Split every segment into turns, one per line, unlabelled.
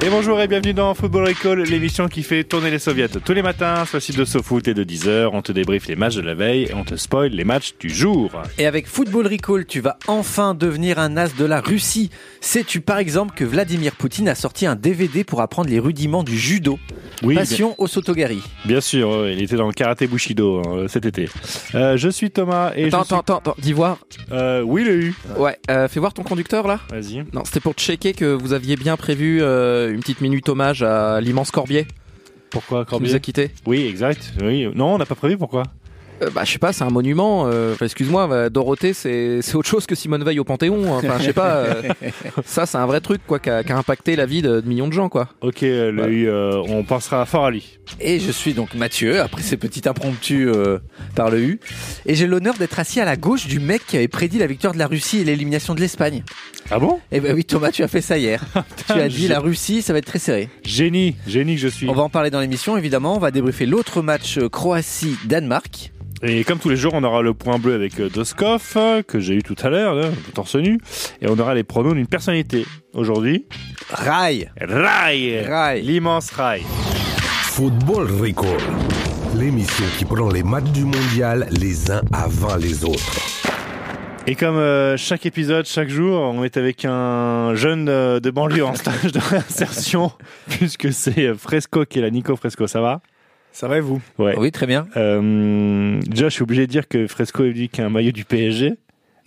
Et bonjour et bienvenue dans Football Recall, l'émission qui fait tourner les soviets tous les matins sur le site de SoFoot et de 10h. On te débriefe les matchs de la veille et on te spoil les matchs du jour.
Et avec Football Recall, tu vas enfin devenir un as de la Russie. Sais-tu par exemple que Vladimir Poutine a sorti un DVD pour apprendre les rudiments du judo
Oui,
Passion au Sotogari.
Bien sûr, euh, il était dans le karaté Bushido hein, cet été. Euh, je suis Thomas et
Attends,
je suis...
attends, attends, attends, d'Ivoire.
Euh, oui, le U.
Ouais, euh, fais voir ton conducteur là.
Vas-y.
Non, c'était pour checker que vous aviez bien prévu euh, une petite minute hommage à l'immense Corbier
Pourquoi
qui nous a quittés.
Oui, exact. Oui. Non, on n'a pas prévu pourquoi.
Euh, bah, je sais pas, c'est un monument. euh, enfin, Excuse-moi, bah, Dorothée, c'est c'est autre chose que Simone Veil au Panthéon. hein. Enfin, je sais pas. euh, ça, c'est un vrai truc quoi, qui a, qui a impacté la vie de, de millions de gens quoi.
Ok, euh, le
Ouais.
U, euh, on pensera fort à lui.
Et je suis donc Mathieu, après ces petits impromptus euh, par le U. Et j'ai l'honneur d'être assis à la gauche du mec qui avait prédit la victoire de la Russie et l'élimination de l'Espagne.
Ah bon
Eh ben oui, Thomas, tu as fait ça hier. tu as dit la Russie, ça va être très serré.
Génie, génie que je suis.
On va en parler dans l'émission, évidemment. On va débriefer l'autre match euh, Croatie-Danemark.
Et comme tous les jours, on aura le point bleu avec euh, Doskov, euh, que j'ai eu tout à l'heure, là, torse nu. Et on aura les pronoms d'une personnalité. Aujourd'hui,
Rail
Rai
Rai.
L'immense Rai
Football Recall. L'émission qui prend les matchs du mondial les uns avant les autres.
Et comme euh, chaque épisode, chaque jour, on est avec un jeune euh, de banlieue en stage de réinsertion, puisque c'est euh, Fresco qui est là. Nico Fresco, ça va
Ça va et vous
Ouais.
Oui, très bien.
Euh, déjà, je suis obligé de dire que Fresco est venu qu'un maillot du PSG.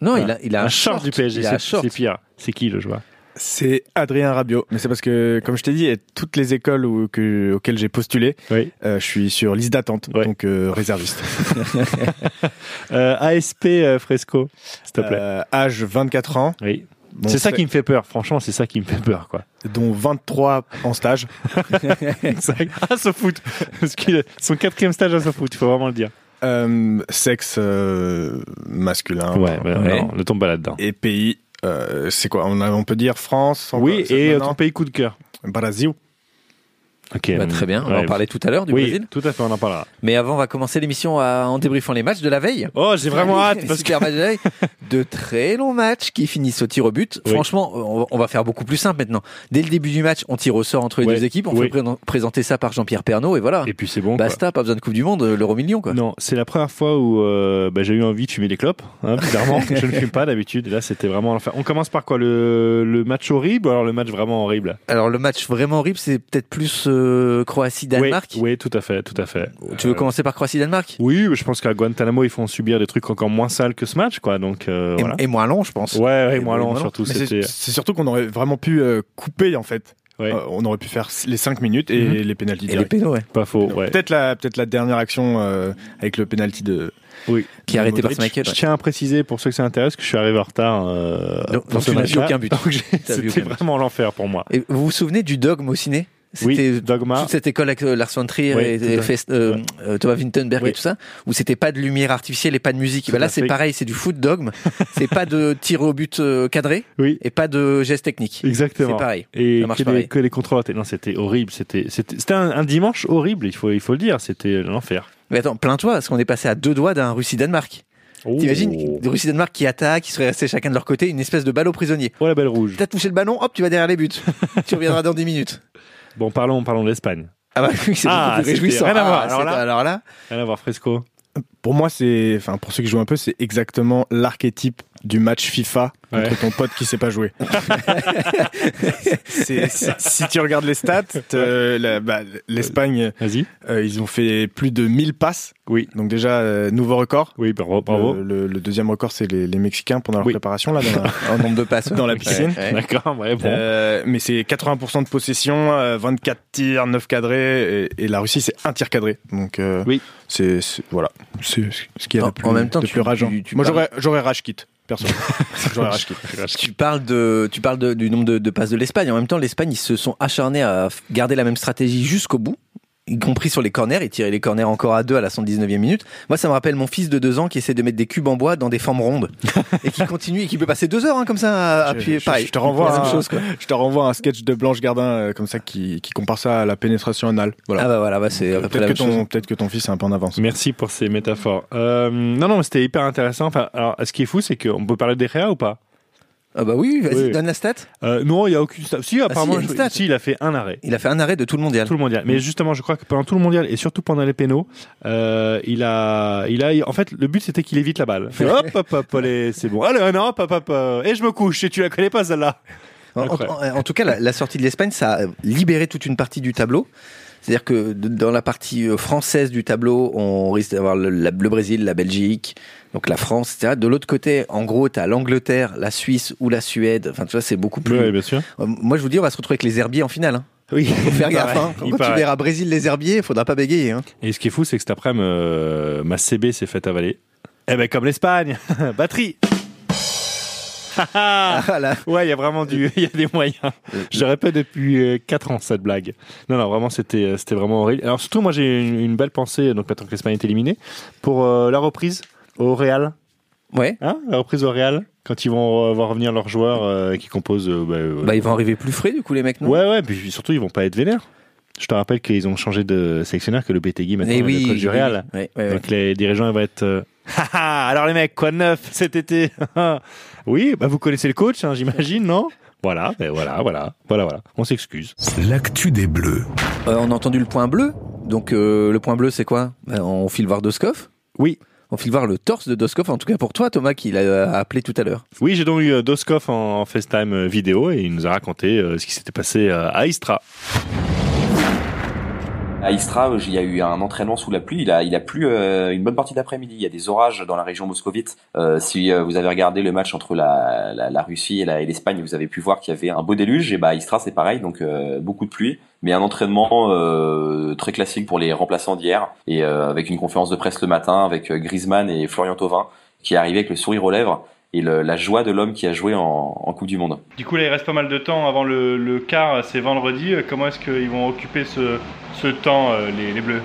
Non,
Ouais.
il, a, il a un,
short Hein du PSG,
Il a
c'est
un short.
c'est pire. C'est qui le joueur
C'est Adrien Rabiot. Mais c'est parce que, comme je t'ai dit, à toutes les écoles où- que- auxquelles j'ai postulé,
Oui.
euh, je suis sur liste d'attente,
Ouais.
donc euh, réserviste.
Euh, ASP euh, Fresco, s'il te plaît.
Euh, âge 24 ans.
Oui.
Bon,
c'est ça qui me fait peur, franchement, c'est ça qui me fait peur, quoi.
Dont 23 en stage.
Exact. À ce foot. Ah, Parce qu'il a son quatrième stage à ce foot, il faut vraiment le dire.
Euh, sexe euh, masculin.
Ouais, bah,
Ouais.
non, ne tombe pas là-dedans.
Et pays. euh, c'est quoi on, a- on peut dire France encore-
Oui,
c'est-
et euh,
non,
ton pays coup de cœur.
non, Brésil.
Ok.
Bah, très bien, on va en
Ouais.
parlait tout à l'heure du
oui,
Brésil.
tout à fait, on en parlera.
Mais avant, on va commencer l'émission à- en débriefant les matchs de la veille.
Oh, j'ai vraiment hâte
Les
parce que
Ah super matchs de, la veille. De très longs matchs qui finissent au tir au but.
Oui.
Franchement, on va- on va faire beaucoup plus simple maintenant. Dès le début du match, on tire au sort entre les
Ouais.
deux équipes, on
Oui.
fait pré- présenter ça par Jean-Pierre Pernaud et voilà.
et puis c'est bon. quoi.
Basta, pas besoin de Coupe du Monde, euh, l'euro million quoi.
Non, c'est la première fois où euh, bah, j'ai eu envie de fumer des clopes. Hein, bizarrement, je ne fume pas d'habitude. Et là, c'était vraiment l'enfer. On commence par quoi le, le match horrible ou alors le match vraiment horrible
Alors le match vraiment horrible, c'est peut-être plus euh, Croatie-Danemark.
Oui, oui, tout à fait, tout à fait.
Tu veux
Euh,
commencer par Croatie-Danemark
Oui, mais je pense qu'à Guantanamo, ils font subir des trucs encore moins sales que ce match, quoi. Donc, euh,
Et-
voilà.
et, moins long, je pense.
Ouais, ouais,
et
moi,
oui,
non,
moi, non.
surtout,
Mais
c'était.
c'est c'est surtout qu'on aurait vraiment pu euh, couper en fait.
Ouais.
oh.
Euh, on aurait pu faire les 5 minutes et
Mhm.
les pénalités.
Et les pénaux, ouais.
Pas faux, ouais.
Peut-être la, peut-être la dernière action euh, avec le penalty de.
Oui.
Qui est arrêté par
Modric.
Michael.
Je tiens à préciser pour ceux que ça intéresse que je suis arrivé en retard. Euh,
Donc,
pour
donc
ce
tu n'as vu
match-là.
aucun but.
Donc, j'ai-
T'as vu
C'était
aucun but.
vraiment l'enfer pour moi.
Et vous vous souvenez du dogme au ciné C'était
Oui, Dogma.
toute cette école avec euh, Lars von Trier
Oui,
et,
tout à fait.
et Fest- euh,
Ouais.
euh, Thomas Vinterberg
Oui.
et tout ça, où c'était pas de lumière artificielle et pas de musique.
Tout
Bah là,
à
c'est
fait.
pareil, c'est du foot dogme. c'est pas de tir au but euh, cadré
Oui,
et pas de geste technique. C'est
exactement.
pareil.
Et
Ça marche
que les,
pareil.
que les contrôles ratés. Non, c'était horrible. C'était c'était c'était un, un dimanche horrible. Il faut il faut le dire. C'était l'enfer.
Mais attends, plains-toi, parce qu'on est passé à deux doigts d'un Russie-Danemark. T'imagines,
Oh.
de Russie-Danemark qui attaque, qui serait resté chacun de leur côté, une espèce de ballot prisonnier.
Oh la belle rouge.
T'as touché le ballon, hop, tu vas derrière les buts. tu reviendras dans 10 minutes.
Bon, parlons parlons de l'Espagne.
Ah bah oui, c'est
Ah,
beaucoup plus
c'était
réjouissant.
rien à voir. Alors
c'était-
là-
alors là,
Rien à voir, Fresco.
Pour moi, c'est, enfin, pour ceux qui jouent un peu, c'est exactement l'archétype du match FIFA
Ouais.
contre ton pote qui sait pas jouer. C'est- c'est- si tu regardes les stats, euh, la- bah, l'Espagne,
Vas-y.
euh, ils ont fait plus de 1000 passes.
Oui.
Donc déjà, euh, nouveau record.
Oui, bravo. bravo.
Le, le- le deuxième record, c'est les, les Mexicains pendant leur
Oui.
préparation là, dans la,
en nombre de passes. ouais.
dans la piscine.
Ouais.
D'accord. Ouais, bon.
Euh, mais c'est 80% de possession, euh, 24 tirs, 9 cadrés, et, et la Russie c'est un tir cadré. Donc euh,
Oui.
c'est c'est- voilà, c'est ce ce qui est
En-
le plus,
en même temps,
le
tu-
plus rageant.
tu- tu
Moi
parles-
j'aurais j'aurais rage quitte, perso. j'aurais rage quitte.
Tu parles de, tu parles de- du nombre de, de passes de l'Espagne. En même temps, l'Espagne, ils se sont acharnés à f- garder la même stratégie jusqu'au bout. y compris sur les corners, il tirait les corners encore à deux à la 119e minute. Moi, ça me rappelle mon fils de deux ans qui essaie de mettre des cubes en bois dans des formes rondes et qui continue et qui peut passer deux heures hein, comme ça à
Je-
appuyer.
je-
pareil,
je te renvoie
la
à-
même chose. Quoi.
Je te renvoie à un sketch de Blanche Gardin euh, comme ça qui, qui compare ça à la pénétration anale. Voilà.
Ah bah voilà, bah, c'est à peu près la
Peut-être que,
même chose.
ton- peut-être que ton fils est un peu en avance.
Merci pour ces métaphores. Euh, non, non, mais c'était hyper intéressant. Enfin, alors, ce qui est fou, c'est qu'on peut parler de Réa ou pas
Ah bah oui, vas-y,
Oui.
donne la stat.
Euh, Non, il n'y a aucune stat. Si, apparemment,
il Bah, y a une
je-
stat.
si, il a fait un arrêt.
Il a fait un arrêt de tout le mondial.
Tout le mondial. Mais justement, je crois que pendant tout le mondial et surtout pendant les pénaux, euh, il a, il a, en fait, le but c'était qu'il évite la balle. Il fait, hop, hop, hop, allez, c'est bon. Allez, un, hop, hop, hop, euh, et je me couche. Et tu la connais pas celle-là.
En,
Incroyable.
en- en tout cas, la, la sortie de l'Espagne, ça a libéré toute une partie du tableau. C'est-à-dire que de- dans la partie euh, française du tableau, on risque d'avoir le, la- le Brésil, la Belgique, donc la France, etc. De l'autre côté, en gros, t'as l'Angleterre, la Suisse ou la Suède. Enfin, tu vois, c'est beaucoup plus.
bien sûr.
Euh, Moi, je vous dis, on va se retrouver avec les herbiers en finale. Hein.
Oui.
Faut faire gaffe. hein. Quand
Il
tu
paraît.
verras Brésil, les herbiers, il faudra pas bégayer. Hein.
Et ce qui est fou, c'est que cet après-midi, euh, ma CB s'est faite avaler. Eh ben, comme l'Espagne, batterie. Ah, ah.
Ah, là.
ouais, il y a vraiment du, il y a des moyens. Je répète depuis 4 ans cette blague. Non, non, vraiment, c'était, euh, c'était vraiment horrible. Alors surtout, moi, j'ai une, une belle pensée. Donc maintenant que l'Espagne est éliminée, pour euh, la reprise au Real.
Ouais.
Hein la reprise au Real, quand ils vont euh, voir revenir leurs joueurs euh, qui composent. euh, bah, euh,
Bah, ils vont arriver plus frais, du coup, les mecs, non
Ouais, ouais, puis surtout, ils vont pas être vénères. Je te rappelle qu'ils ont changé de sélectionneur, que le Betegui maintenant
Eh
est le coach du
oui,
Real.
oui, oui. Ouais, ouais, ouais.
Donc les dirigeants ils vont être. euh, Haha, alors les mecs, quoi de neuf cet été Oui, bah vous connaissez le coach, hein, j'imagine, non Voilà, ben voilà, voilà, voilà, voilà. On s'excuse.
L'actu des Bleus.
Euh, on a entendu le point bleu. Donc, euh, le point bleu, c'est quoi Ben, On file voir Doskov
Oui.
On file voir le torse de Doskov, en tout cas pour toi, Thomas, qui l'a euh, appelé tout à l'heure.
Oui, j'ai donc eu euh, Doskov en, en FaceTime euh, vidéo et il nous a raconté euh, ce qui s'était passé euh, à Istra.
À Istra, euh, il y a eu un entraînement sous la pluie. Il a, il a plu euh, une bonne partie d'après-midi. Il y a des orages dans la région moscovite. Euh, si euh, vous avez regardé le match entre la, la, la Russie et la- et l'Espagne, vous avez pu voir qu'il y avait un beau déluge. Et bah, à Istra, c'est pareil, donc euh, beaucoup de pluie. Mais un entraînement euh, très classique pour les remplaçants d'hier. Et euh, avec une conférence de presse le matin avec euh, Griezmann et Florian Thauvin qui est arrivé avec le sourire aux lèvres et le- la joie de l'homme qui a joué en- en Coupe du Monde.
Du coup, là, il reste pas mal de temps avant le, quart, c'est vendredi. Euh, Comment est-ce qu'ils vont occuper ce, temps, euh, les, Bleus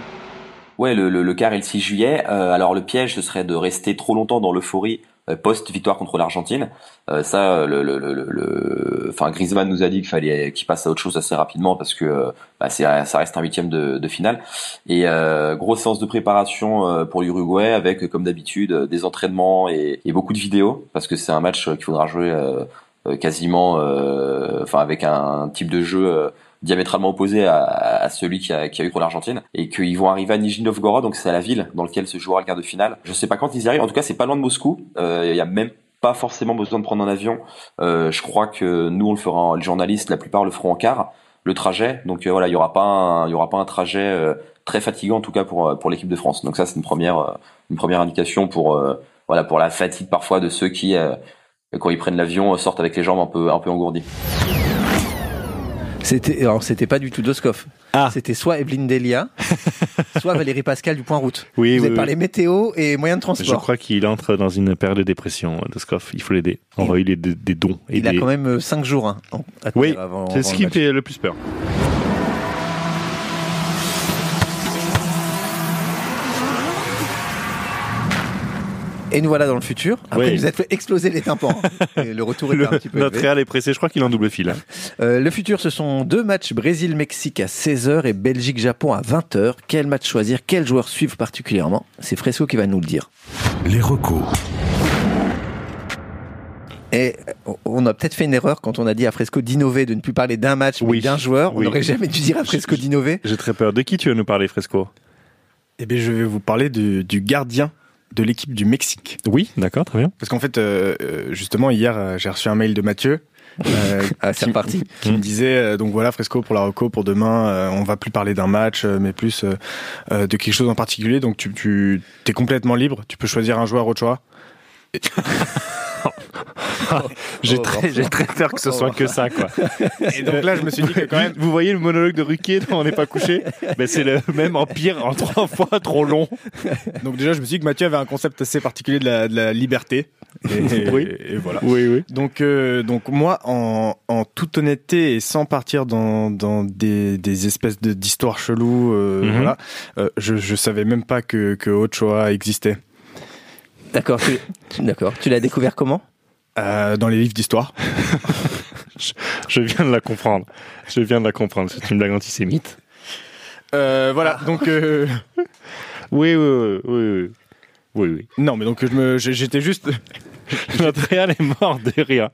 Ouais, le, le, le quart est le 6 juillet. Euh, alors le piège, ce serait de rester trop longtemps dans l'euphorie euh, post-victoire contre l'Argentine. Euh, ça, euh, le, le, le, le- le- enfin Griezmann nous a dit qu'il fallait qu'il passe à autre chose assez rapidement parce que euh, bah, c'est, ça reste un huitième de, de finale. Et euh, grosse séance de préparation euh, pour l'Uruguay avec, euh, comme d'habitude, euh, des entraînements et, et beaucoup de vidéos parce que c'est un match euh, qu'il faudra jouer euh, euh, quasiment, euh, enfin avec un type de jeu. euh, diamétralement opposé à, à celui qui a, qui a eu pour l'Argentine et qu'ils vont arriver à Nijni Novgorod donc c'est à la ville dans laquelle se jouera le quart de finale je sais pas quand ils y arrivent en tout cas c'est pas loin de Moscou Euh, il y a même pas forcément besoin de prendre un avion Euh, je crois que nous on le fera en, les journalistes la plupart le feront en quart le trajet donc euh, voilà il y aura pas un, il y aura pas un trajet euh, très fatigant en tout cas pour euh, pour l'équipe de France donc ça c'est une première euh, une première indication pour euh, voilà pour la fatigue parfois de ceux qui euh, quand ils prennent l'avion euh, sortent avec les jambes un peu un peu engourdies
C'était, alors, c'était pas du tout Doskov.
Ah.
C'était soit Evelyne Delia, soit Valérie Pascal du Point Route.
Oui, oui,
Vous avez
oui.
parlé météo et moyens de
Je
transport.
crois qu'il entre dans une période de dépression, euh, Doskov. Il faut l'aider. Envoyer des, des dons. Et
Il a
des-
quand même 5 jours hein, en- à
Oui,
tenir avant-
c'est
avant
ce
le
qui me
match.
fait le plus peur.
Et nous voilà dans le futur. Après,
Oui.
vous êtes fait exploser les tympans. Et le retour est
Le-
un petit peu
notre
élevé.
Real est pressé, je crois qu'il est en double fil. hein.
Euh, le futur, ce sont deux matchs Brésil-Mexique à 16h et Belgique-Japon à 20h. Quel match choisir Quel joueur suivre particulièrement C'est Fresco qui va nous le dire.
Les recos.
Et euh, on a peut-être fait une erreur quand on a dit à Fresco d'innover, de ne plus parler d'un match mais
Oui.
d'un joueur. On
Oui.
n'aurait jamais dû dire à Fresco
Je- je-
d'innover.
J'ai très peur. De qui tu veux nous parler, Fresco
Eh bien, je vais vous parler du, du gardien de l'équipe du Mexique.
Oui, d'accord, très bien.
Parce qu'en fait, euh, euh, justement, hier, euh, j'ai reçu un mail de Mathieu euh,
Ah, c'est
qui-
reparti.
qui me disait euh, donc voilà Fresco pour la reco pour demain euh, on va plus parler d'un match euh, mais plus euh, euh, de quelque chose en particulier donc tu tu es complètement libre tu peux choisir un joueur au choix
J'ai
Oh,
très,
parfait.
j'ai très peur que ce soit que ça, quoi.
et donc là je me suis dit que quand même
Vous voyez le monologue de Ruquier dont on n'est pas couché Ben, C'est le même en pire, en trois fois trop long.
donc déjà je me suis dit que Mathieu avait un concept assez particulier de la, de la liberté Et,
Oui.
et voilà.
Oui, oui.
Donc, euh, donc moi, en, en toute honnêteté et sans partir dans, dans des, des espèces de- d'histoires cheloues, euh,
Mhm.
voilà, euh, je, je savais même pas que, que Ochoa existait
D'accord, tu, d'accord. Tu l'as découvert comment
Euh, dans les livres d'histoire.
Je viens de la comprendre. Je viens de la comprendre. C'est une blague antisémite.
Euh, voilà,
Ah.
donc euh,
Oui, oui, oui, oui, oui. Oui, oui.
non, mais donc je me, j'ai- j'étais juste,
Notre réal est mort de rire.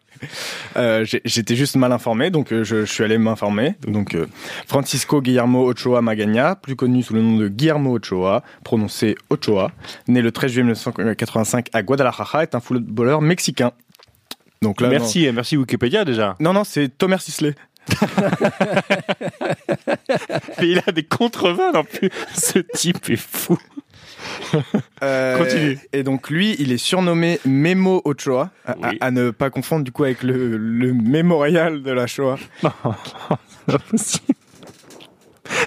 euh, j'ai- j'étais juste mal informé, donc euh, je, je suis allé m'informer. Donc euh, Francisco Guillermo Ochoa Magagna, plus connu sous le nom de Guillermo Ochoa, prononcé Ochoa, né le 13 juillet 1985 à Guadalajara, est un footballeur mexicain. Donc là, non.
merci, merci Wikipédia déjà.
Non, non, c'est Thomas Sisley.
Mais il a des contre-vannes en plus. Ce type est fou. Continue.
Euh, Et donc lui, il est surnommé Memo Ochoa, à,
Oui.
à- à ne pas confondre du coup avec le, le mémorial de la Shoah.
Pas possible.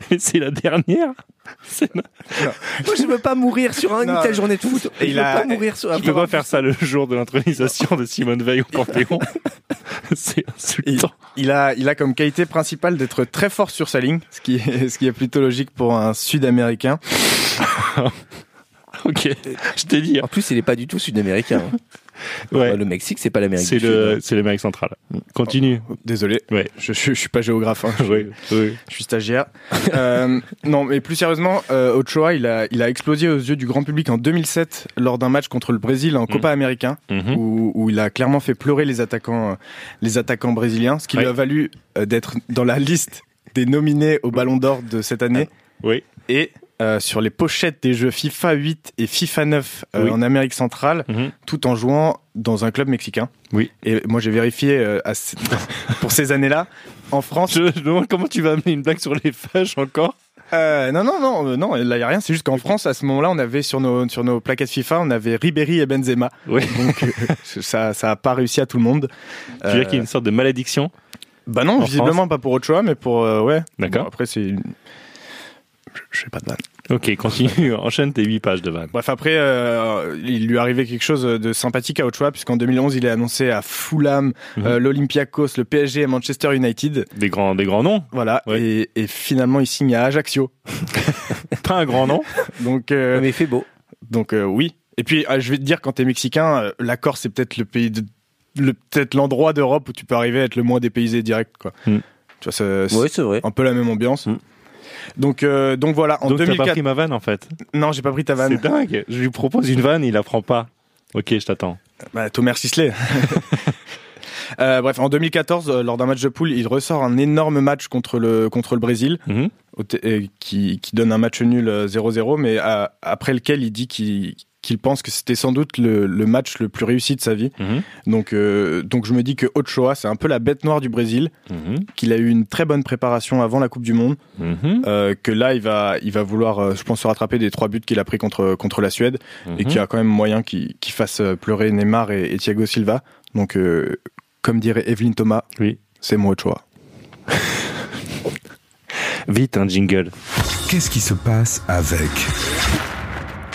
Mais c'est la dernière. C'est la-
Moi, je veux pas mourir sur un- une
Non.
telle journée de foot. je
Et il
veux
a-
pas mourir sur.
Je peux pas faire ça le jour de l'intronisation de Simone Veil au Panthéon. C'est
Il,
insultant.
il a, il a comme qualité principale d'être très fort sur sa ligne, ce qui est, ce qui est plutôt logique pour un Sud-Américain.
Ok, je t'ai dit. hein.
En plus, il est pas du tout sud-américain. hein.
Ouais,
Le Mexique, c'est pas l'Amérique.
c'est
du
le,
Sud.
c'est l'Amérique centrale. Continue.
Désolé,
Ouais.
je, je, je suis pas géographe. hein. Je-
Oh. Oui, oui.
Je suis stagiaire. Euh, non, mais plus sérieusement, euh, Ochoa, il a, il a explosé aux yeux du grand public en 2007 lors d'un match contre le Brésil en Copa Américain.
Mhm.
où, où il a clairement fait pleurer les attaquants, euh, les attaquants brésiliens, ce qui lui
Ouais.
a valu euh, d'être dans la liste des nominés au Ballon d'Or de cette année.
Ah. Oui.
Et euh, sur les pochettes des jeux FIFA 8 et FIFA 9 euh,
Oui.
en Amérique centrale,
Mhm.
tout en jouant dans un club mexicain.
Oui.
Et moi j'ai vérifié euh, à ce- pour ces années-là en France.
Je me demande comment tu vas amener une blague sur les fâches encore.
Euh, non non non euh, non là y a rien. C'est juste qu'en France à ce moment-là on avait sur nos sur nos plaquettes FIFA on avait Ribéry et Benzema.
Oui.
Donc euh, ça ça a pas réussi à tout le monde.
Tu veux dire qu'il y a une sorte de malédiction.
Bah non,
En
visiblement pas pour autre choix, mais pour euh, ouais.
D'accord.
Bon, après c'est, une... je, je sais pas de vanne.
Ok, continue. Enchaîne tes 8 pages de vannes.
Bref après, euh, il lui arrivait quelque chose de sympathique à Ochoa puisqu'en 2011 il est annoncé à Fulham,
Mhm.
euh, l'Olympiakos, le PSG et Manchester United.
Des grands, des grands noms.
Voilà.
Ouais.
Et, et finalement il signe à Ajaccio.
Pas un grand nom.
Donc euh,
hein. Mais il fait beau.
donc euh, oui. Et puis euh, je vais te dire quand t'es mexicain, euh, la Corse c'est peut-être le pays de le, peut-être l'endroit d'Europe où tu peux arriver à être le moins dépaysé direct quoi.
Mhm.
Tu vois, ça- c'est
Ouais, c'est vrai.
un peu la même ambiance.
Mhm.
Donc, euh, donc voilà,
Mm.
en
Donc t'as pas
2004.
pris ma vanne en fait.
Non, j'ai pas pris ta
C'est
vanne.
dingue. Je lui propose une vanne, il la prend pas. Ok, je t'attends.
Bah, Thomas Sisley. Euh, bref, en 2014, euh, lors d'un match de poule, il ressort un énorme match contre le, contre le Brésil,
Mhm.
au t- euh, qui, qui donne un match nul euh, 0-0, mais à- après lequel il dit qu'il qu'il pense que c'était sans doute le, le match le plus réussi de sa vie.
Mhm.
Donc, euh, donc je me dis que Ochoa, c'est un peu la bête noire du Brésil,
Mhm.
qu'il a eu une très bonne préparation avant la Coupe du Monde,
Mhm.
euh, que là, il va, il va vouloir, euh, je pense, se rattraper des trois buts qu'il a pris contre, contre la Suède. et
Mhm.
qu'il y a quand même moyen qu'il qu'il fasse euh, pleurer Neymar et, et Thiago Silva. Donc, euh, comme dirait Evelyne Thomas,
Oui.
c'est mon Ochoa.
Vite un jingle.
Qu'est-ce qui se passe avec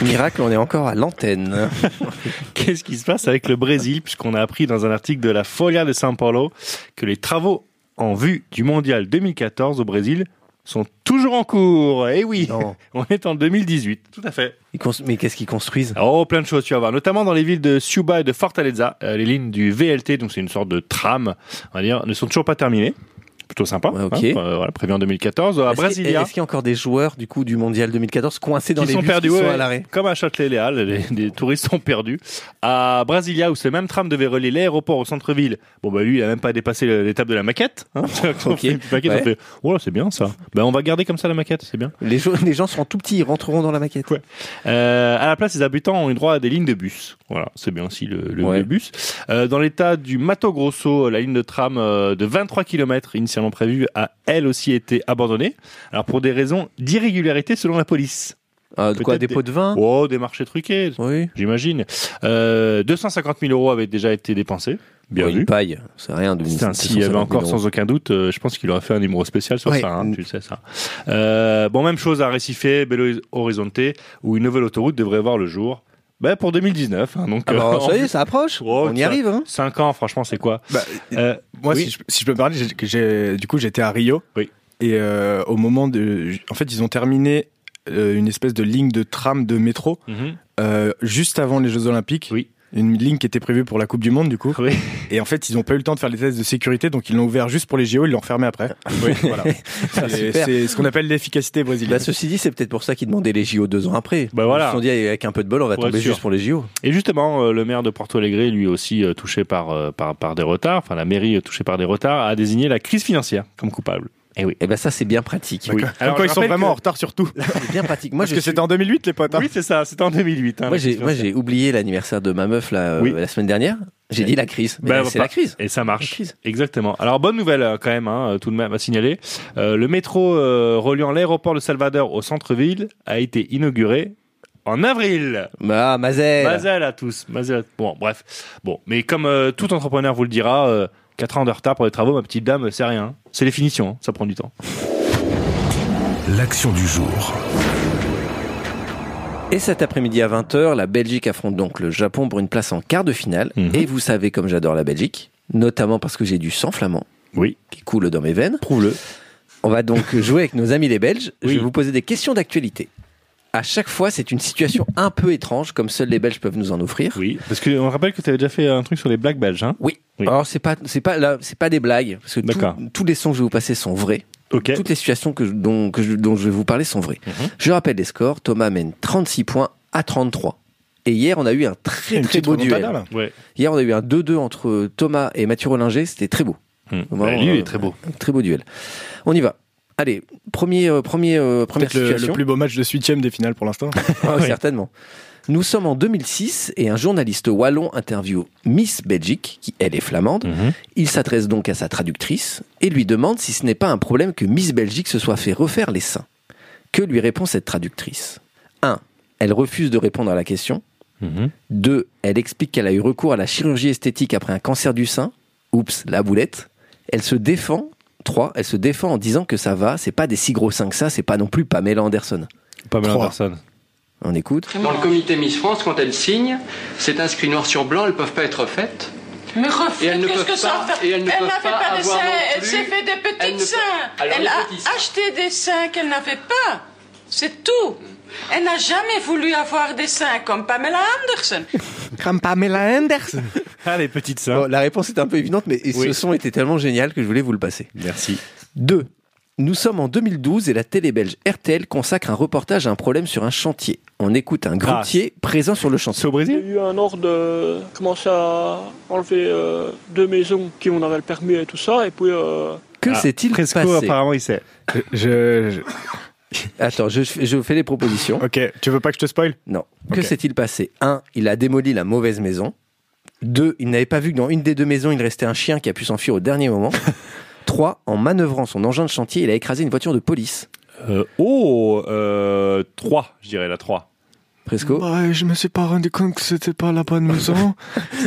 Miracle, on est encore à l'antenne.
Qu'est-ce qui se passe avec le Brésil Puisqu'on a appris dans un article de la Folia de São Paulo que les travaux en vue du mondial 2014 au Brésil sont toujours en cours. Eh oui,
Non.
on est en 2018. Tout à fait.
Ils cons- Mais qu'est-ce qu'ils construisent
Oh, plein de choses tu vas voir, notamment dans les villes de Suba et de Fortaleza. euh, les lignes du VLT, donc c'est une sorte de tram, on va dire, ne sont toujours pas terminées. Plutôt sympa.
Ouais, ok.
euh, voilà, prévu en 2014. À
Est-ce qu'il-
Ah, bah, Brasilia.
Est-ce qu'il y a encore des joueurs du coup du mondial 2014 coincés dans
qui
les
sont
bus
perdus,
qui sont
ouais,
à l'arrêt
Comme à Châtelet-Léal, les, les touristes sont perdus. À Brasilia, où ce même tram devait relier l'aéroport au centre-ville, bon bah lui, il a même pas dépassé le- l'étape de la maquette. Hein. On fait une petite maquette,
Ouais.
on fait, oh là, c'est bien ça. Ben on va garder comme ça la maquette, c'est bien.
les, gens- les gens seront tout petits, ils rentreront dans la maquette.
Ouais. Euh, à la place, les habitants ont eu droit à des lignes de bus. Voilà, c'est bien aussi le, le-
Ouais.
le bus. Euh, dans l'état du Mato Grosso, la ligne de tram euh, de 23 km initialement prévue a elle aussi été abandonnée. Alors pour des raisons d'irrégularité selon la police.
Ah, de quoi
Peut-être
des pots de vin
Oh, des marchés truqués,
Oui.
j'imagine. Euh, 250 000 euros avaient déjà été dépensés. Bien
Ouais,
vu.
Une paille, Oh, c'est rien de
Putain, S'il y avait encore, sans aucun doute, euh, je pense qu'il aurait fait un numéro spécial sur
Ouais.
ça, hein, tu le sais ça. Euh, bon, même chose à Recife, Belo Horizonte, où une nouvelle autoroute devrait voir le jour. Bah, pour 2019. hein, donc,
Ah bah,
euh,
ça y est, ça approche.
Oh,
on y
ça-
arrive. Hein.
5 ans, franchement, c'est quoi
Bah,
Euh,
Moi,
oui.
si, je, si je peux parler, j'ai- que j'ai- du coup, j'étais à Rio.
Oui.
Et euh, au moment de. En fait, ils ont terminé euh, une espèce de ligne de tram de métro
Mhm.
euh, juste avant les Jeux Olympiques.
Oui.
Une ligne qui était prévue pour la Coupe du Monde, du coup.
Oui.
Et en fait, ils n'ont pas eu le temps de faire les tests de sécurité, donc ils l'ont ouvert juste pour les JO, ils l'ont fermé après. Voilà. Et
super.
C'est ce qu'on appelle l'efficacité
Bah,
brésilienne.
ceci dit, c'est peut-être pour ça qu'ils demandaient les JO deux ans après.
Bah, voilà.
Ils se sont dit, avec un peu de bol, on va
Pour être
tomber
sûr.
juste pour les JO.
Et justement, euh, le maire de Porto Alegre, lui aussi euh, touché par, euh, par, par des retards, enfin la mairie euh, touchée par des retards, a désigné la crise financière comme coupable. Eh oui.
Et ben ça, c'est bien pratique.
Oui.
Alors,
je
ils sont
rappelle
vraiment en
que-
retard sur tout.
C'est bien pratique. Moi,
Parce
je
que
suis-
c'était en 2008, les potes. hein.
Oui, c'est ça, c'était en 2008. hein, la
moi, j'ai,
crise
moi,
financière.
j'ai oublié l'anniversaire de ma meuf là, euh,
Oui.
la semaine dernière. J'ai dit la crise. Mais
Bah,
là, c'est
pas-
la crise.
Et ça
La
marche.
crise.
Exactement. Alors bonne nouvelle euh, quand même, hein, euh, tout de même à signaler. Euh, le métro euh, reliant l'aéroport de Salvador au centre-ville a été inauguré en avril.
Bah, Mazel.
Mazel à tous. Mazel. à- Bon, bref. Bon, mais comme euh, tout entrepreneur vous le dira, 4 ans de retard pour les travaux, ma petite dame, c'est rien. C'est les finitions, hein, ça prend du temps.
L'action du jour.
Et cet après-midi à 20h, la Belgique affronte donc le Japon pour une place en quart de finale.
Mhm.
Et vous savez comme j'adore la Belgique, notamment parce que j'ai du sang flamand
Oui.
qui coule dans mes veines.
Prouve-le.
On va donc jouer avec nos amis les Belges. Je
Oui.
vais vous poser des questions d'actualité. À chaque fois, c'est une situation un peu étrange, comme seuls les Belges peuvent nous en offrir.
Oui, parce qu'on rappelle que tu avais déjà fait un truc sur les blagues belges. Hein
Oui.
Oui.
Alors c'est pas c'est pas là c'est pas des blagues parce que tout-
D'accord.
tous les sons que je vais vous passer sont vrais.
ok.
Toutes les situations que je- dont que je, dont je vais vous parler sont vraies.
Mhm.
Je rappelle les scores. Thomas mène 36 points à 33. Et hier on a eu un très
Une
très
petite
beau duel.
remontada, là.
Ouais.
Hier on a eu un 2-2 entre Thomas et Mathieu Rollinger. C'était très beau.
Hmm.
Vraiment,
Bah, lui, il
euh,
est très beau.
Un très beau duel. On y va. Allez premier euh, premier euh, première
Peut-être le,
situation.
le plus beau match de huitième des finales pour l'instant.
Ah,
Oui.
Certainement. Nous sommes en 2006 et un journaliste wallon interviewe Miss Belgique, qui elle est flamande.
Mmh.
Il s'adresse donc à sa traductrice et lui demande si ce n'est pas un problème que Miss Belgique se soit fait refaire les seins. Que lui répond cette traductrice 1. Elle refuse de répondre à la question.
Mmh.
2. Elle explique qu'elle a eu recours à la chirurgie esthétique après un cancer du sein. Oups, la boulette. Elle se défend. 3. Elle se défend en disant que ça va, c'est pas des si gros seins que ça, c'est pas non plus Pamela Anderson.
Pas mal
Trois.
personne.
On écoute.
Dans le comité Miss France, quand elles signent, c'est inscrit noir sur blanc, elles ne peuvent pas être faites.
Mais
Et elles
refaites,
ne
qu'est-ce
peuvent
que ça
pas-
fait
et elles
Elle
ne
n'a
peuvent pas
fait pas de
avoir
seins,
non
elle
plus-
s'est fait des
elles ne
petits
peuvent-
seins.
Alors,
Elle
les
a
petits seins.
acheté des seins qu'elle n'avait pas. C'est tout. Elle n'a jamais voulu avoir des seins comme Pamela Anderson.
Ah, les petites seins.
Bon, la réponse est un peu évidente, mais et ce
Oui.
son était tellement génial que je voulais vous le passer.
Merci.
2. Nous sommes en 2012 et la télé belge RTL consacre un reportage à un problème sur un chantier. On écoute
Ah.
un grutier présent sur le chantier.
C'est au
Il y a
Brésil
eu un ordre de commencer à enlever euh, deux maisons qui on avait le permis et tout ça, et puis euh,
Que
Ah,
s'est-il
Fresco,
passé
apparemment, il sait.
Je- je-
Attends, je, je fais les propositions.
Ok, tu veux pas que je te spoil
Non.
Ok.
Que s'est-il passé 1. Il a démoli la mauvaise maison. 2. Il n'avait pas vu que dans une des deux maisons, il restait un chien qui a pu s'enfuir au dernier moment. 3. En manœuvrant son engin de chantier, il a écrasé une voiture de police.
oh, 3, je dirais, la 3.
Presco
je me suis pas rendu compte que c'était pas la bonne maison.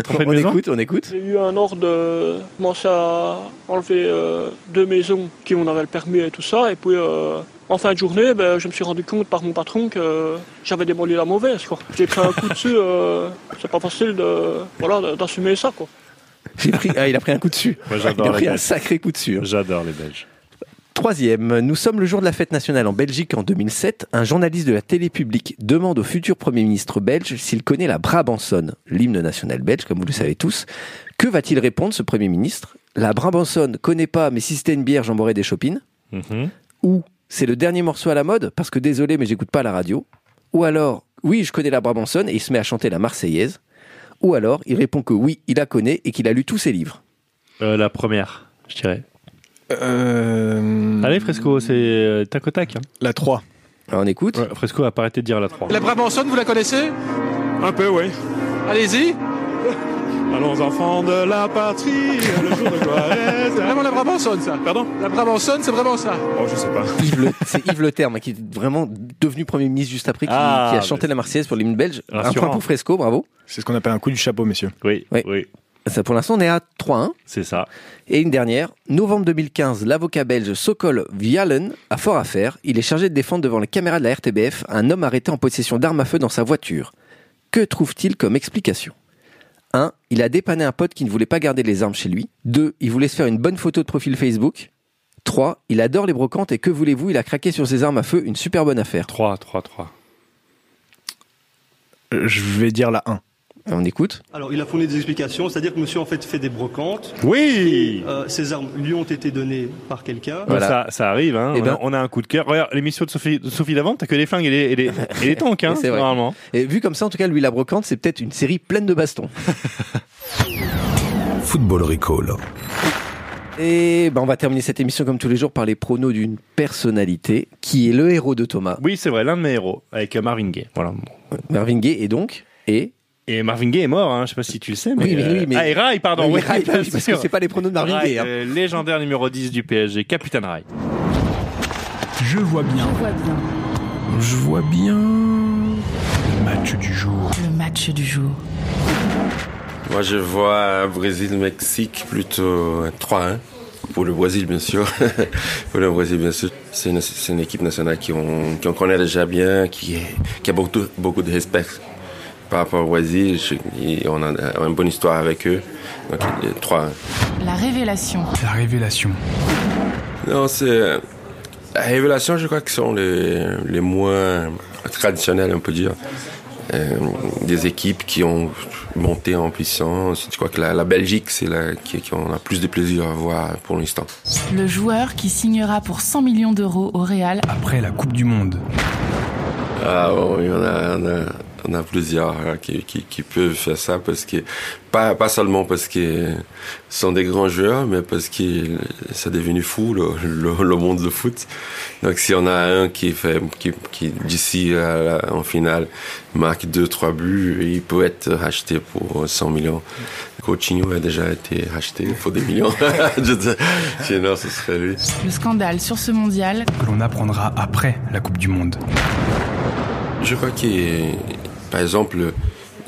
trompé de
on
maison
écoute, on écoute.
j'ai eu un ordre de commencer à enlever euh, deux maisons qui on avait le permis et tout ça, et puis euh, en fin de journée, ben, je me suis rendu compte par mon patron que euh, j'avais démoli la mauvaise. quoi. J'ai pris un coup dessus, euh, c'est pas facile de voilà de- d'assumer ça quoi.
J'ai Pris... Ah, il a pris un coup dessus.
Moi,
Il a
j'adore les
pris un
Belges.
sacré coup dessus. hein.
J'adore les Belges.
Troisième, nous sommes le jour de la fête nationale en Belgique en 2007. Un journaliste de la télé publique demande au futur Premier ministre belge s'il connaît la Brabançonne, l'hymne national belge, comme vous le savez tous. Que va-t-il répondre, ce Premier ministre La Brabançonne, connais pas, mais si c'était une bière, j'en boirais des chopines. Mhm. Ou c'est le dernier morceau à la mode, parce que désolé, mais j'écoute pas la radio. Ou alors, oui, je connais la Brabançonne, et il se met à chanter la Marseillaise. Ou alors, il répond que oui, il la connaît et qu'il a lu tous ses livres.
Euh, la première, je dirais.
Euh...
Allez, Fresco, c'est euh, tac au tac. hein.
La 3.
Alors, on écoute.
Ouais, Fresco a pas arrêté de dire la 3.
La Brabançonne, vous la connaissez
Un peu oui.
Allez-y.
Allons enfants de la patrie, le jour de gloire
Vraiment la Brabançonne, ça.
Pardon
La Brabançonne, c'est vraiment ça.
Oh je sais pas.
Yves Le- c'est Yves Le Terme hein, qui est vraiment devenu Premier ministre juste après, qui,
Ah,
qui a chanté
mais-
la Marseillaise pour l'hymne belge. Un
Rassurant.
point pour Fresco, bravo.
C'est ce qu'on appelle un coup du chapeau, messieurs.
Oui,
Oui.
oui,
Ça, pour l'instant, on est à 3-1.
c'est ça.
Et une dernière, novembre 2015, l'avocat belge Sokol Vialen a fort à faire. Il est chargé de défendre devant les caméras de la RTBF un homme arrêté en possession d'armes à feu dans sa voiture. Que trouve-t-il comme explication 1. Il a dépanné un pote qui ne voulait pas garder les armes chez lui. 2. Il voulait se faire une bonne photo de profil Facebook. 3. Il adore les brocantes et que voulez-vous, il a craqué sur ses armes à feu, une super bonne affaire.
3, 3, 3.
Euh, Je vais dire la 1.
On écoute.
Alors, il a fourni des explications, c'est-à-dire que monsieur, en fait, fait des brocantes.
Oui
Et, euh, Ces armes lui ont été données par quelqu'un.
Bah, Ça, ça arrive, hein.
Eh
on,
ben-
a, on a un coup de cœur. Regarde, l'émission de Sophie, de Sophie Davant, t'as que des flingues et des, et des, et des tanks, hein,
Et c'est vrai.
normalement.
Et vu comme ça, en tout cas, lui, la brocante, c'est peut-être une série pleine de bastons.
Football Recall.
Et ben, on va terminer cette émission comme tous les jours par les pronos d'une personnalité qui est le héros de Thomas.
Oui, c'est vrai, l'un de mes héros, avec euh, Marvin Gaye. Voilà.
Marvin Gaye est donc et
Et Marvin Gaye est mort, hein, je sais pas si tu le sais, mais.
Oui, mais
euh,
oui, mais-
Ah, et Rai, pardon.
Oui,
oui,
Rai,
bien
oui, parce
sûr.
que c'est pas les pronos de Marvin
Rai,
Gaye, hein.
euh, légendaire numéro 10 du PSG, Capitaine Rai.
Je vois bien. Je vois bien. Le match du jour.
Le match du jour.
Moi, je vois Brésil-Mexique plutôt 3-1. Pour le Brésil, bien sûr. Pour le Brésil, bien sûr. C'est une, c'est une équipe nationale qui on, qu'on connaît déjà bien, qui, qui a beaucoup, beaucoup de respect par rapport au Brésil. Je- et on a une bonne histoire avec eux. Donc, 3-1.
La révélation. La révélation.
Non, c'est. La révélation, je crois que sont les, les moins traditionnels, on peut dire. Euh, des équipes qui ont monté en puissance. Je crois que la, la Belgique, c'est la qui, qui on a plus de plaisir à voir pour l'instant.
Le joueur qui signera pour 100 millions d'euros au Real. Après la Coupe du Monde.
Ah oui, on a, on a, on a plusieurs hein, qui, qui, qui peuvent faire ça parce que pas, pas seulement parce que sont des grands joueurs, mais parce que ça est devenu fou le, le, le monde du foot. Donc si on a un qui fait qui, qui d'ici à la- en finale marque deux trois buts, il peut être racheté pour 100 millions. Coutinho a déjà été racheté pour des millions. Je dis- Sinon, ce serait lui.
Le scandale sur ce mondial.
Que l'on apprendra après la Coupe du Monde. Je crois que, par exemple,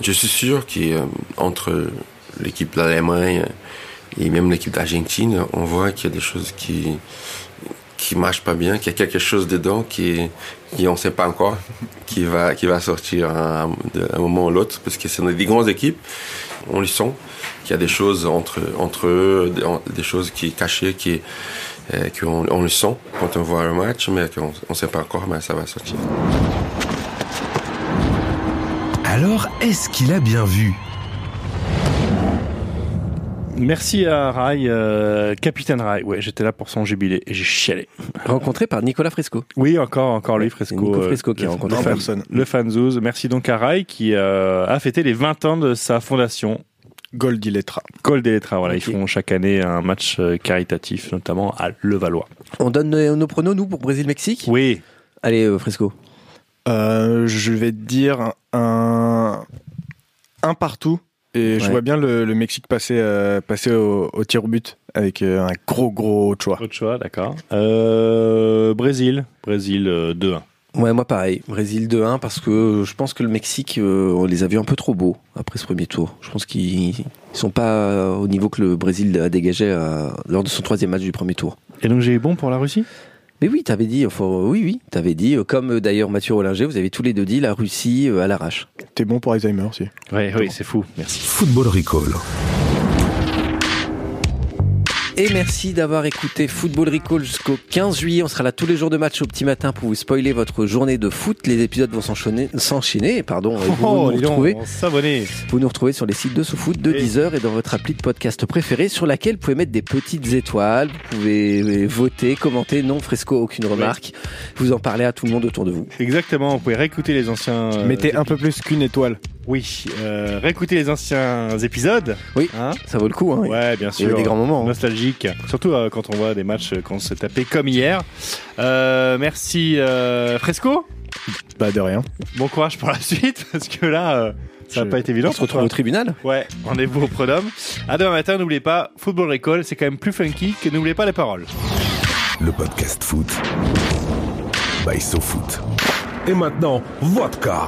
je suis sûr qu'entre l'équipe d'Allemagne et même l'équipe d'Argentine, on voit qu'il y a des choses qui qui marchent pas bien, qu'il y a quelque chose dedans qui qui on sait pas encore, qui va qui va sortir à un, de- à un moment ou l'autre, parce que c'est des grandes équipes, on le sent, qu'il y a des choses entre entre eux, des, en- des choses qui cachées, qui euh, qu'on on le sent quand on voit le match, mais qu'on on sait pas encore, mais ça va sortir.
Alors, est-ce qu'il a bien vu
Merci à Rai, euh, Capitaine Rai. Ouais, j'étais là pour son jubilé et j'ai chialé.
Rencontré par Nicolas Fresco.
Oui, encore, encore lui, Fresco.
Nico
euh,
Fresco qui
le-
a rencontré
le
Rai.
fan- Le fanzouz. Merci donc à Rai qui euh, a fêté les 20 ans de sa fondation.
Gold Electra.
Gold Electra, voilà. Ils font chaque année un match euh, caritatif, notamment à Levallois.
On donne nos, nos pronos nous pour Brésil Mexique.
Oui.
Allez euh, Fresco.
Euh, je vais dire un, un partout. Et je
Ouais.
vois bien le, le Mexique passer, euh, passer au, au tir au but avec euh, un gros, gros Ochoa.
Ochoa, d'accord. Euh, Brésil. Brésil euh, 2-1.
Ouais, moi pareil, Brésil 2-1 parce que euh, je pense que le Mexique, euh, on les a vus un peu trop beaux après ce premier tour. Je pense qu'ils ils sont pas euh, au niveau que le Brésil a dégagé euh, lors de son troisième match du premier tour.
Et donc j'ai eu bon pour la Russie
Mais oui, t'avais dit, enfin, oui, oui, t'avais dit, euh, comme euh, d'ailleurs Mathieu Rollinger, vous avez tous les deux dit la Russie euh, à l'arrache.
T'es bon pour Alzheimer aussi.
Ouais, oui, c'est fou. Merci.
Football Recall.
Et merci d'avoir écouté Football Recall jusqu'au 15 juillet. On sera là tous les jours de match au petit matin pour vous spoiler votre journée de foot. Les épisodes vont s'enchaîner, s'enchaîner, pardon. et vous
Oh,
nous
dis donc,
retrouvez-
on s'abonnait.
Vous nous retrouvez sur les sites de SoFoot, de Deezer et dans votre appli de podcast préféré sur laquelle vous pouvez mettre des petites étoiles, vous pouvez euh, voter, commenter, non, fresco, aucune remarque. Vous en parlez à tout le monde autour de vous.
Exactement, vous pouvez réécouter les anciens. euh,
Mettez un peu plus qu'une étoile.
Oui, euh, réécouter les anciens épisodes.
Oui, ça vaut le coup. hein.
Ouais, bien
Il y
sûr.
avait des grands moments. hein.
Nostalgique. Surtout euh, quand on voit des matchs euh, qu'on s'est tapé comme hier. Euh, merci euh, Fresco.
Bah, de rien.
Bon courage pour la suite parce que là, euh, ça n'a
Je-
pas été évident.
on se retrouve au tribunal.
Ouais, rendez-vous au Prod'homme. À demain matin, n'oubliez pas, Football Recall, c'est quand même plus funky que n'oubliez pas les paroles.
Le podcast foot. By SoFoot. Et maintenant, vodka.